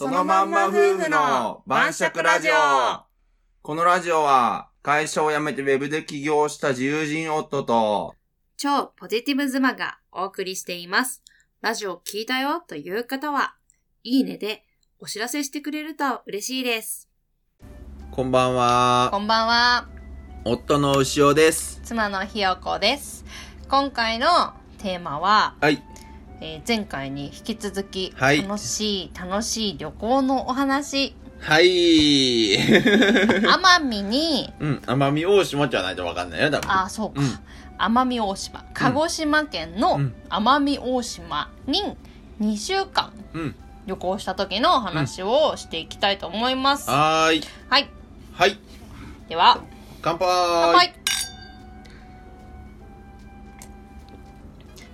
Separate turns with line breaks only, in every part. のまんま夫婦の晩酌ラジオこのラジオは、会社を辞めてウェブで起業した自由人夫と、
超ポジティブ妻がお送りしています。ラジオ聞いたよという方は、いいねでお知らせしてくれると嬉しいです。
こんばんは。
こんばんは、
夫の牛尾です。
妻のひよこです。今回のテーマは、
はい。
えー前回に引き続き、
はい
楽しい楽しい旅行のお 話、
はい。
奄美に、
うん、奄美大島じゃないとわかんないよ、多分。
あ、そうか、奄美大島、鹿児島県
う
の
ん
奄美大島に2週間
うん。うん。
旅行した時のお話をしていきたいと思います。
はーい。
はい。
はい。
では、
乾
乾
杯
杯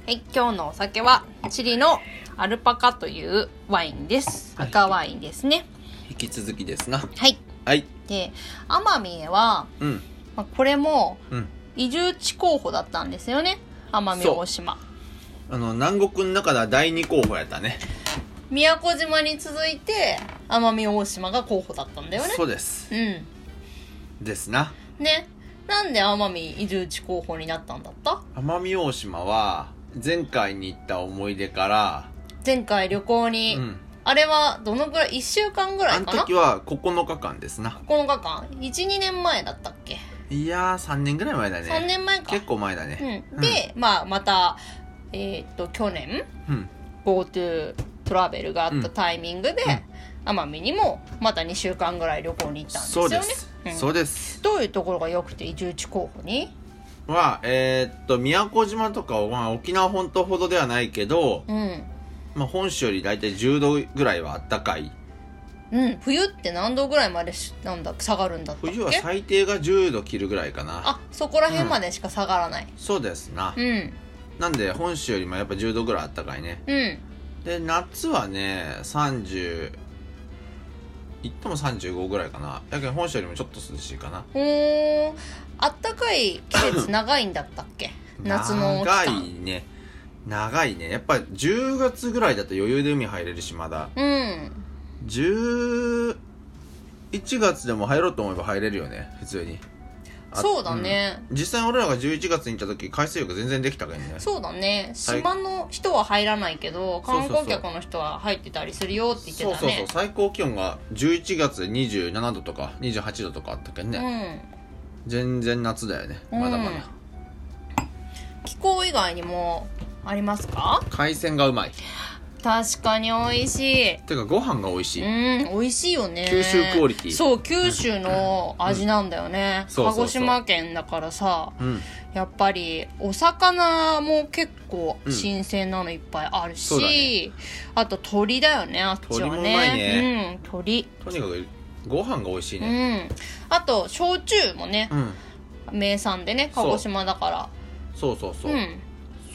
はい、今日のお酒はチリのアルパカというワインです。
はい
赤ワインですね。
引き続きですな。
はい。
はい。
で、奄美へは、
うん。
まあ、これも
うん。
移住地候補だったんですよね。奄美大島。
あの、南国の中では第二候補やったね。
宮古島に続いて奄美大島が候補だったんだよね。
そうです。
う
ですな。
ん。ね。なんで奄美移住地候補になったんだった
奄美大島は、前回に行った思い出から、
前回旅行に、
うん。
あれはどのくらい ?1 週間ぐら
あ
い
の
かな
時は9日間ですな。
9日間12年前だったっけ、
いやー、3年ぐらい前だね。
3年前か
結構前だね。
うん、で、まあまたえーっと去年
うん。
GoTo トラベルがあったタイミングで、奄美にもまた2週間ぐらい旅行に行ったんです
そ
よ
う
ね
です。
うん
そうです。
どういうところが良くて移住地候補に
は、えーっと、宮古島とかは、まあ、沖縄本島ほどではないけど、
うん
まあ、本州より大体10度ぐらいはあったかい。
うん冬って何度ぐらいまでしなんだ下がるんだったっけ
冬は最低が10度切るぐらいかな。
あそこら辺までしか下がらない
そうですな。
うん
なんで、本州よりもやっぱ10度ぐらいあったかいね。
うん
で夏はね30いっても35ぐらいかなだけど本州よりもちょっと涼しいかな
ほーあったかい季節長いんだったっけ夏の期
長
間
いね長いねやっぱ10月ぐらいだと余裕で海入れるしまだ
うん
11月でも入ろうと思えば入れるよね普通にあ
そうだね、
うん実際俺らが11月に行った時海水浴全然できたからね
そうだね島の人は入らないけど
そうそう
観
そう
光客の人は入ってたりするよって言って
そう
た
そうそ
ね
う最高気温が11月27度とか28度とかあったけんね、全然夏だよねまだまだ、
うんうん気候以外にもありますか
海鮮がうまい
確かに美味しい
てかご飯が美味しい、
うん美味しいよね
九州クオリティ
そう九州の味なんだよね、
そうそうそう
鹿児島県だからさ
うん、
やっぱりお魚も結構新鮮なのいっぱいある
うんそうだ
し、あと鳥だよねあっち
鳥
はね
もうまいね
うん鳥
とにかくご飯が美味しいうね
んあと焼酎もね
うん、
名産でね
そ
鹿
う
児島だから
そうそうそう、
うん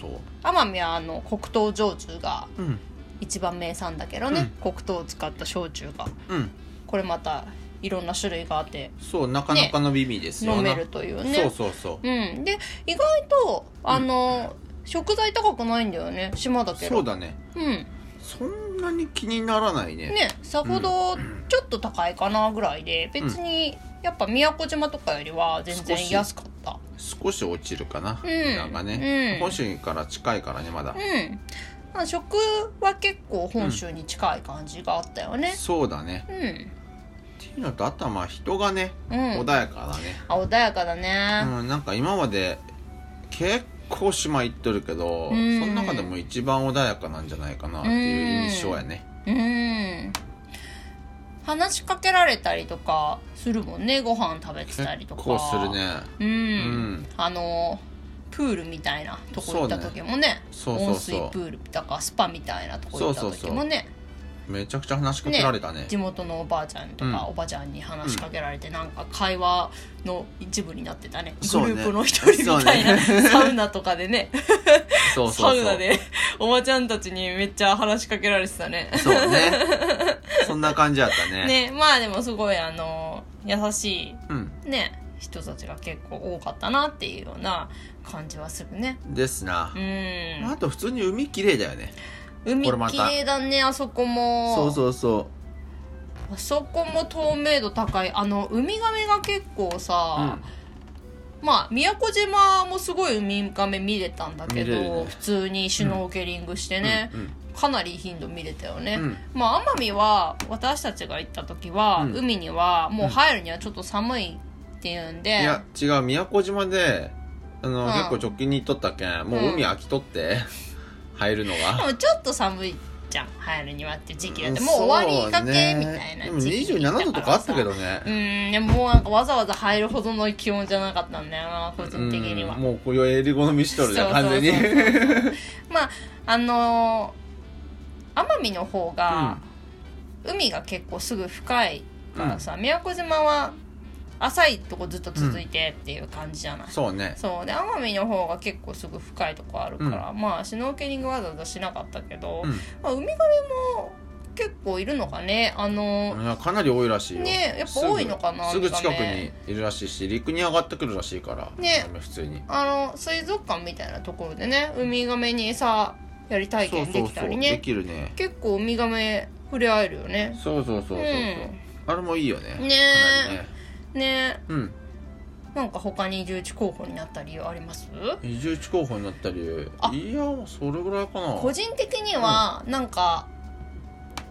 そう
奄美はあの黒糖焼酎が
うん
一番名産だけどね、黒糖を使った焼酎が
うん
これまたいろんな種類があって
そうなかなかのビビですよ、
飲めるというね
そうそうそう
うん、で意外とあの、食材高くないんだよね島だけど
そうだね
うん
そんなに気にならないね
ねさほどちょっと高いかなぐらいで別にやっぱ宮古島とかよりは全
少し
然安かった
少し落ちるかな、
うん
値段がね、
うん
本州から近いからねまだ、
うんまあ食は結構本州に近い感じがあったよね
そうだね
うん
っていうのとあとはまあ人がね、
うん
穏やかだね、
あ穏やかだね
うん、なんか今まで結構島行っとるけど、
うん
その中でも一番穏やかなんじゃないかなっていう印象やね、
うん、話しかけられたりとかするもんねご飯食べてたり
結
とか
構するね
うん、
ん
あのプールみたいなとこ行った時もね
そうねそうそうそう
温水プールだかスパみたいなとこ行った時もね
めちゃくちゃ話しかけられたね
地元のおばあちゃんとか、
うん
おばちゃんに話しかけられて、なんか会話の一部になってたね
そうね
グループの一人みたいな、
そうね
サウナとかでね
そうそうそう
サウナでおばちゃんたちにめっちゃ話しかけられてたね
そう ねそんな感じやったね
ねまあでもすごいあの優し
うん
いね人たちが結構多かったなっていうような感じはするね
ですな
う、ん
あと普通に海綺麗だよね
海
これまた
綺麗だねあそこも
そうそうそ
あそこも透明度高いあのウミガメが結構さ、まあ宮古島もすごいウミガメ見れたんだけ
見れる
ど、
ね
普通にシュノーケリングしてね、
うん
かなり頻度見れたよね、
うん
まあ奄美は私たちが行った時は、
うん
海にはもう入るにはちょっと寒いっていうんで、
いや違う宮古島であの、
うん
結構直近に行っとったけんもう海飽きとって、 入るの
で
が
もちょっと寒いじゃん入るにはって時期だってもう終わりかけみたいな
そう
時
ね
期
で
に行
も27度とかあったけど
う
ね、
んでももうなんかわざわざ入るほどの気温じゃなかったんだよな個人
うん
的には、
もうこういう襟好みしとるじゃん
そう
完
そうそう
全に
まああのー奄美の方が、海が結構すぐ深いからさ、宮古島は浅いとこずっと続いてっていう感じじゃない、
そうね
そうで奄美の方が結構すぐ深いとこあるから、まあシュノーケリングわざわざしなかったけど、
うん
まあ、ウミガメも結構いるのかねあの
いやかなり多いらしいよ
ねやっぱ多いのかな
すぐすぐ
ウミガ
近く
メ
にいるらしいし陸に上がってくるらしいから
ね
普通に
あの水族館みたいなところでねウミガメに餌やり体
そう
験
そ
で
う
き
そ
た
う
り
で
ね
きるね
結構ウミガメ触れ合えるよね
そうそうそうそうそう
うん
あれもいいよねか
ね
なりね
ね
うん
なんか他に11候補になった理由あります
移住地候補になった理由
あ
いやそれぐらいかな
個人的にはなんか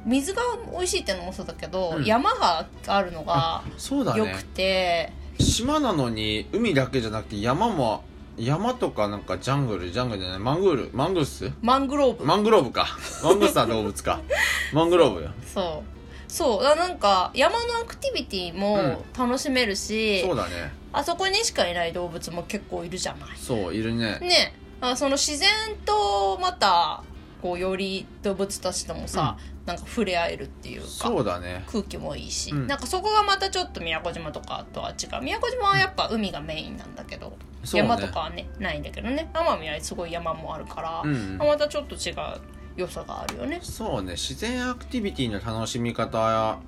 水が美味しいってのもそうだけど、
うん
山があるのが
そうだ
良
ね
くて、
島なのに海だけじゃなくて山も山とかなんかジャングルジャングルじゃないマングールマングース
マングローブ、
マングローブ かマングースは動物かマングローブよ
そうそうだからなんか山のアクティビティも楽しめるし、
そうだね
あそこにしかいない動物も結構いるじゃない
そういるね
ねあその自然とまたこうより動物たちともさ、なんか触れ合えるっていうか
そうだね
空気もいいし、
うん
なんかそこがまたちょっと宮古島とかとは違う宮古島はやっぱ海がメインなんだけど、
そうね
山とかはねないんだけどね奄美はすごい山もあるから、
うんうん
またちょっと違う良さがあるよね
そうね自然アクティビティの楽しみ方や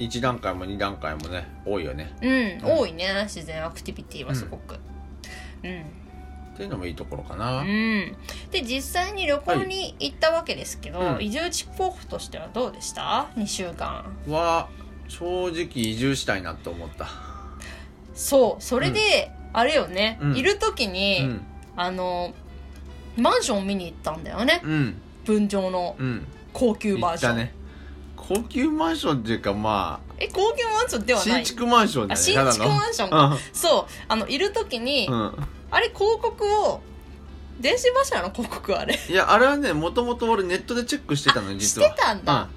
1段階も2段階もね多いよね
うん、
うん
多いね自然アクティビティはすごくうん、
っていうのもいいところか
う
な、
ん、で実際に旅行に行ったわけですけど、
はいうん
移住地候補としてはどうでした2週間
は正直移住したいなって思った、
そうそれで、あれよね、
うん
いる時に、
うん
あのマンション見に行ったんだよね
うん
分譲の
うん
高級マ
行
ン
っ
ショ
た
ン、
ね高級マンションっていうかま
え高級マンションで
あ
はな
新
い
築マンションだ
あ
ね
新
ただの
築マンションかそうあのいる時に、
うん、うん、
あれ広告を電子柱の広告あれ
いやあれはねもともと俺ネットでチェックしてたの
し
実は
てたんだ、
うん、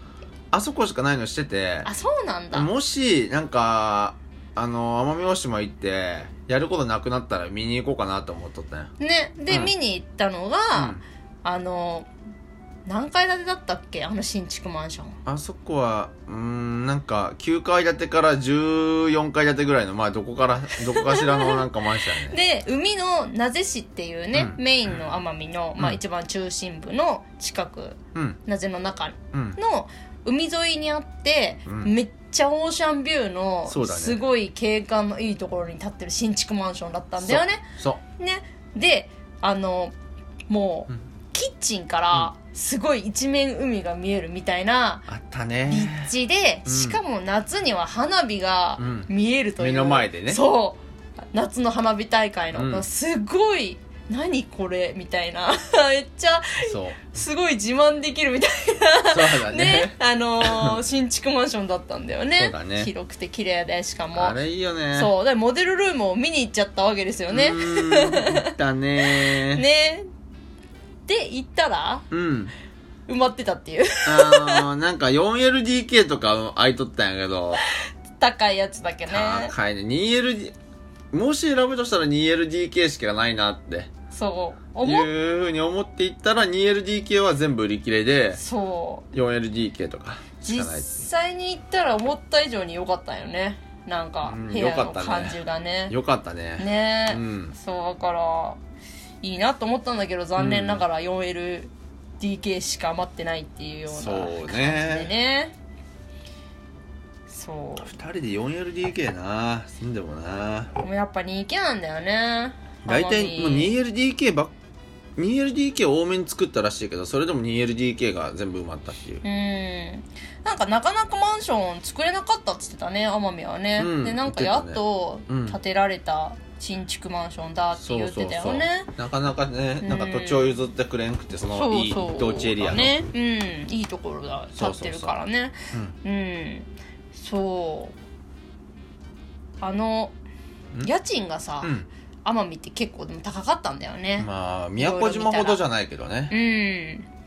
あそこしかないのしてて
あそうなんだ
もしなんかあの奄美大島行ってやることなくなったら見に行こうかなと思っとったんや
ねで、
うん
見に行ったのが、
うん
あの何階建てだったっけあの新築マンション
あそこはうーんなんか9階建てから14階建てぐらいのまあどこ からどこかしらのなんかマンションやね
で海の名瀬市っていうね、
うん
メインの奄美の、
うん
まあ、一番中心部の近く
うん
名瀬の中
うん
の海沿いにあって、
うん
めっちゃオーシャンビューの
そうだね
すごい景観のいいところに建ってる新築マンションだったんだよね。
そう
ねであのもう、
うん
キッチンからすごい一面海が見えるみたいな
あったね
立地で、
うん
しかも夏には花火が
うん
見えるという、
目の前でね
そう夏の花火大会の、
うん
すごい何これみたいな めっちゃ
そう
すごい自慢できるみたい
そうだ
な
ね
ねあの ー新築マンションだったんだよね
そうだね
広くて綺麗でしかも
あれいいよね
そうでモデルルームを見に行っちゃったわけですよね
うーん行ったね
ねで行ったら
うん
埋まってたっていう
あのなんか 4LDK とか空いとったんやけど
高いやつだけね
高いね 2LD もし選ぶとしたら 2LDK しかないなって
そう
い
思
う
っ
ふうに思っていったら 2LDK は全部売り切れで
そう
4LDK とかし
実
かない
際に行ったら思った以上に良かったよねなんか
うん
部屋
良か
の
ったね
感じがね
よかったね
ねえ、
うん
そうだからいいなと思ったんだけど残念ながら 4LDK しか待ってないっていうような
そう
感じで
ね
ねそう
2人で 4LDK な住んでもな
もうやっぱ 2K なんだよね
大体もう 2LDK ばっ 2LDK 多めに作ったらしいけど、それでも 2LDK が全部埋まったっていう。
うんなんかなかなかマンション作れなかったっつってたね奄美はね、
うん
でなんか
言
や
ってたね
っと
うん
建てられた新築マンションだって言ってたよね
なかなかね、なんか土地を譲ってくれんくて、そ
そう
のいい
そう
同地エリアの。
ねうんいいところだ建ってるからねうんそうあの
ん
家賃がさ
うん。
奄美って結構でも高かったんだよ
うん
ね、
まあ、宮古島ほどじゃないけどね。
うん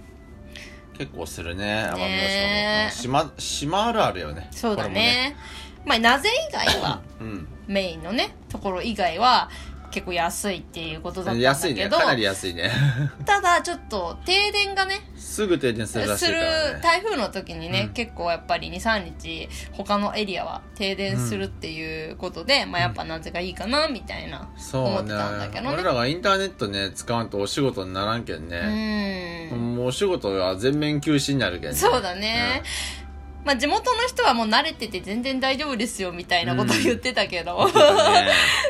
結構するね、奄
ね
美大島の。島、島あるあるよね。
そうだ
これ
ね
も。
まあなぜ以外 は
うん。
メインのねところ以外は結構安いっていうことだったんだ
安い
け
ね。
ど、
かなり安いね。
ただちょっと停電がね
すぐ停電す
す
るらしいか
る
らね。
台風の時にね、
うん
結構やっぱり23日他のエリアは停電するっていうことで、まあやっぱなぜがいいかなみたいな思
そ
っ
う
て
ね
たんだけどね
俺らがインターネットね、使わんとお仕事にならんけん
う
ね。
ん、
もうお仕事が全面休止になるけんね。
そうだね、まあ地元の人はもう慣れてて全然大丈夫ですよみたいなことを言ってた けど、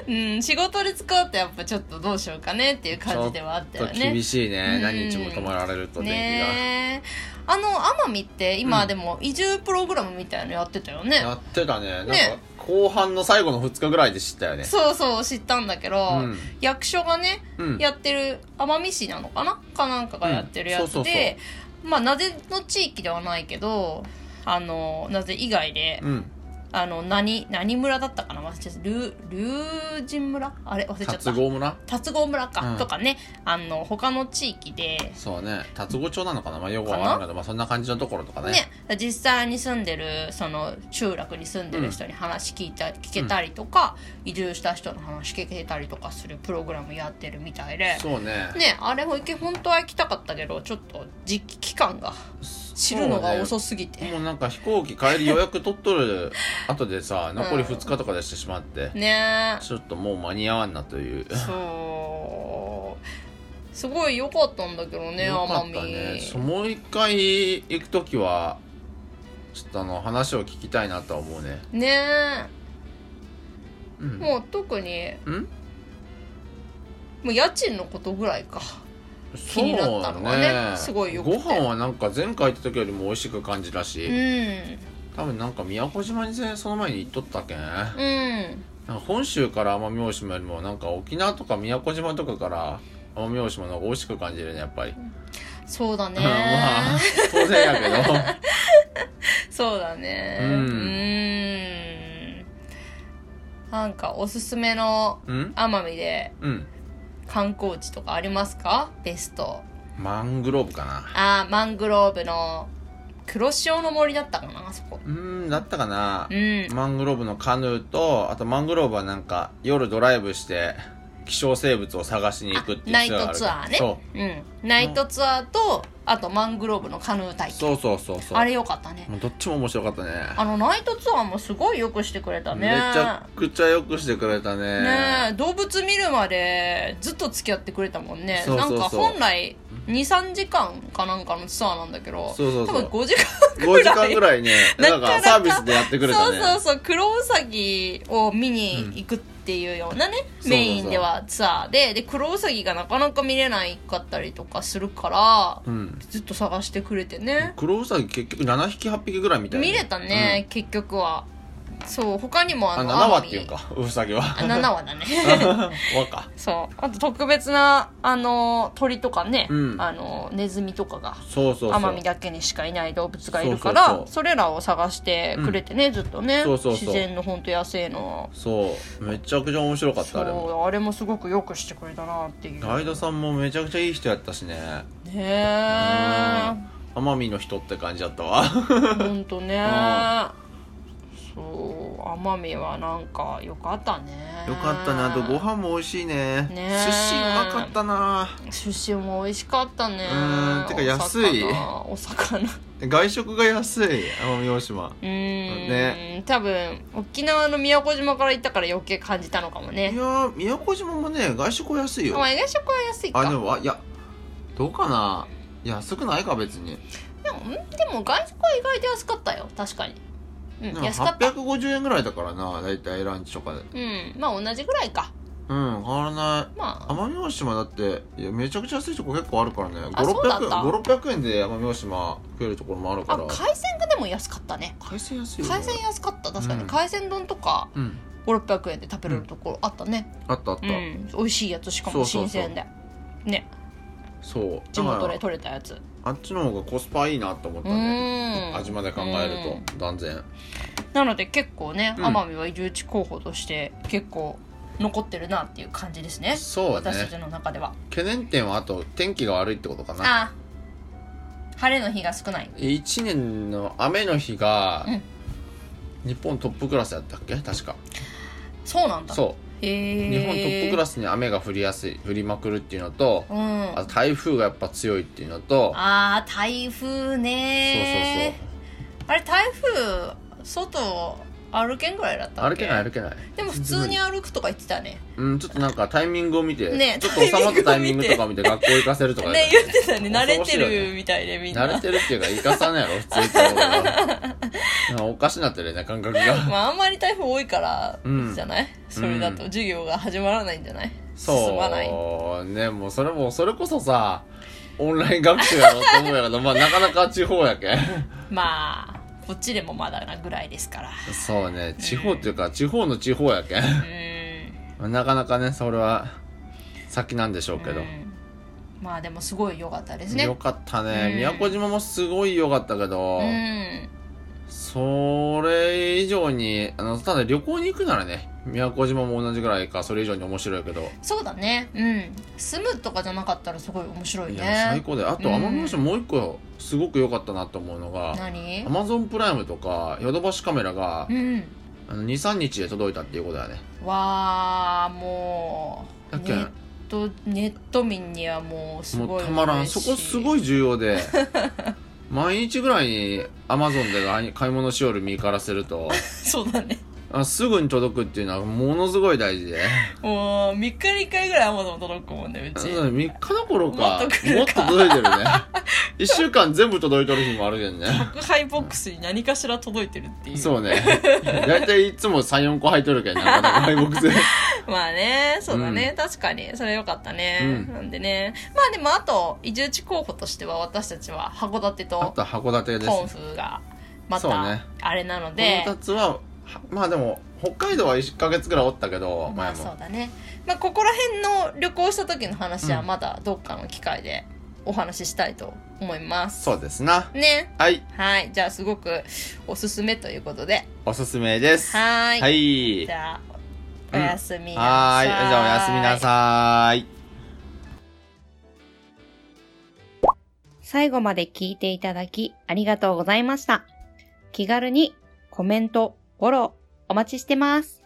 ね。
うん、仕事で使うとやっぱちょっとどうしようかねっていう 感じではあった
ちょ
よ
っと
ね。
厳しいね。
うん
何日も泊まられると電気が。
ねえあの奄美って
う
今
ん
でも移住プログラムみたいのやってたよね、
やってたね。なんか
ね
後半の最後の2日ぐらいで知ったよね。
そうそう知ったんだけど、
うん
役所がね、
うん
やってる奄美市なのかなかなんかがやってるやつ
うんそうそう
で、まあなぜの地域ではないけどあのなぜ以外で、
うん。
あの何何村だったかな忘れちゃったルー龍神村あれ忘れちゃった
達合村
達郷村か、
うん
とかねあの他の地域で
そうね。達合町なのかなまあ、よくわからんけど、まあ、そんな感じのところとかね。
ね、実際に住んでるその集落に住んでる人に話聞いた、聞けたりとか、移住した人の話聞けたりとかするプログラムやってるみたいで、
そうね。
ね、あれも行け本当は行きたかったけどちょっと実機期間が知るのが遅すぎて
もうなんか飛行機帰り予約取っと る後でさ、残り2日とかでしてしまって、
ね
ちょっともう間に合わんなという。
そうすごい良かったんだけどね
よかっ
奄
たね。
美、
そうもう一回行くときは、ちょっとあの話を聞きたいなとは思うね。
ね
うん。
もう特に
うん
もう家賃のことぐらいか
そう
気になったのがねすごいよくて
ご飯はなんか前回行った時よりも美味しく感じたし、
うん
多分なんか宮古島にねその前に行っとったけんなん
う
か
ん
本州から奄美大島よりもなんか沖縄とか宮古島とかから奄美大島の方が美味しく感じるねやっぱり、
そうだ ね、
うんまあ当然やけど
そうだね
うん
うーんなんかおすすめの
うん
奄美で
うん
観光地とかありますかベスト
マングローブかな
あーマングローブの黒潮の森だったかなあそこ
うんだったかな
う、ん
マングローブのカヌーとあとマングローブはなんか夜ドライブして希少生物を探しに行くっていう
ナイトツアーね、
そう
ん、ナイトツアーとあとマングローブのカヌー体
う
験
そうそうそうそう
あれよかったね
もうどっちも面白かったね
あのナイトツアーもすごいよくしてくれたね
めちゃくちゃよくしてくれたね
ねえ動物見るまでずっと付き合ってくれたもんね
そうそうそう
なんか本来23時間かなんかのツアーなんだけど
そうそうそう
多分5時間
5時間ぐらいね な
なか
ん
な
か
か
サービスでやってくれたね
そうそうそうクロウサギを見に行くっていうようなね、
うん
メインではツアーででクロウサギがなかなか見れないかったりとかするから
うん
ずっと探してくれてね
クロウサギ結局7匹8匹ぐらいみたいな
見れたね、結局はそう他にも
あ7
あの
羽
奄
って
美
いうかウサギ は
あ7話だね
和か
そうあと特別なあの鳥とかね、
うん
あのネズミとかが
そうそうそう
奄美だけにしかいない動物がいるからそ
そうそうそう
れらを探してくれてね、ずっとね
そうそうそう
自然のほんと野生の
そうめちゃくちゃ面白かったあれも
そうあれもすごくよくしてくれたなっていう
ガイドさんもめちゃくちゃいい人やったしね
ねえ
奄美の人って感じだったわ
ほんとねそう奄美はなんかよかったね
よかったなあとご飯も美味しいね
ね
寿司うまかったな
出身も美味しかったね
うんてか安い
お 魚お魚
外食が安い奄美大島
うーん、
ね
多分沖縄の宮古島から行ったから余計感じたのかも
い
ね
やー宮古島もね外食は安い
お
よ
前外食は安いか
あでもあいやどうかな安くないか別に
でもうんでも外食は意外と安かったよ確かにうん
でも
安かった
850円ぐらいだからな大体ランチとかで
うんまあ同じぐらいか
うん変わらない
まあ
奄美大島だっていやめちゃくちゃ安いとこ結構あるからね
あそうだった
5600円で奄美大島食えるところもあるか
あ
ら
海鮮がでも安かったね
海鮮安いよね
海鮮安かった確かに、
うん
海鮮丼とか
うん
5600円で食べれるところあったね、
あったあった、
うん美味しいやつしか
そ
も
うそうそう
新鮮でね
そう
地
だ
元
か
で
ら
取れたやつ
あっちの方がコスパいいなと思った
う
ね
ん
味まで考えると断然
なので結構ね
うん
奄美は移住地候補として結構残ってるなっていう感じですね
そう
私た
ね
ちの中では
懸念点はあと天気が悪いってことかな
あ晴れの日が少ない
1年の雨の日が
うん
日本トップクラスだったっけ確か
そうなんだ
そ
へ
う
え
日本トップクラ
ス
スに雨が降りやすい降りまくるっていうのと
うん
あ
あ
と台風がやっぱ強いっていうのと
あー台風
そう
ねあれ台風外歩けんぐらいだっ
そうそう
たっ
歩
け
けない歩けない
でも普通に歩くとか言ってたね
うんちょっとなんかタイミングを見て
ね
ちょっと収まったタイミングとか見て学校行かせるとか
ね言ってたね慣
恐
れ
ろしていよね
るみたいでみん
慣れ
な
てるっていうか行かさないやろ普通に言った方がなんかおかしなってるよ ね感覚 が
まああんまり台風多いから
うん
じゃないそれだと授業が始まらないんじゃない進まない
そうねもうそれもそれこそさオンライン学習やろうと思うやろなまあなかなか地方や けん
まあこっちでもまだなぐらいですから
そうね地方っていうか地方の地方やけん
うーん
まあなかなかねそれは先なんでしょうけど、
うんまあでもすごい良かったですね
よかったね、
うん
宮古島もすごい良かったけど、
うん
それ以上にあのただ旅行に行くならね宮古島も同じぐらいかそれ以上に面白いけど
そうだねうん住むとかじゃなかったらすごい面白い
いや最
ね
高であと
うん
奄美大島もう一個すごく良かったなと思うのが
何
アマゾンプライムとかヨドバシカメラが
うん
あの23日で届いたっていうことだよね
わあもう
だっけ
ネットネット民にはもうす
も
ご
う
い
たまらんそこすご
い
い重要 で毎日ぐらいにアマゾンで買い買い物しおる身からすると
そうだね
あすぐに届くっていうのはものすごい大 事で
もう3日に1回ぐらいアマゾン届くもんねうち
3日どころか
もっと来
もっ
る
と
か
届いて るね1週間全部届いとる日もあるけどね
宅配ボックスに何かしら届いてるっていう
そうね大体いつも34個入っとるけど なかなか敗北する
まあね、そうだね、確かに、それ良かったね、
うん
なんでね、まあでもあと、移住地候補としては私たちは函館
あ
と
と函館です
甲
ね
府が、ま
そう
た
ね、
あれなの
こ
で、
の2つははまあでも北海道は1か月ぐらいおったけど
ま
前
あそ
も
うだね。まあここら辺の旅行した時の話はまだどっかの機会でお話ししたいと思います。
そうですな
ね。
はい
はい、じゃあすごくおすすめということで、
おすすめです
はーい。
はい
じゃあ、おやすみなさい。
はーいじゃあおやすみなさーい
最後まで聞いていただきありがとうございました。気軽にコメント、フォローお待ちしてます。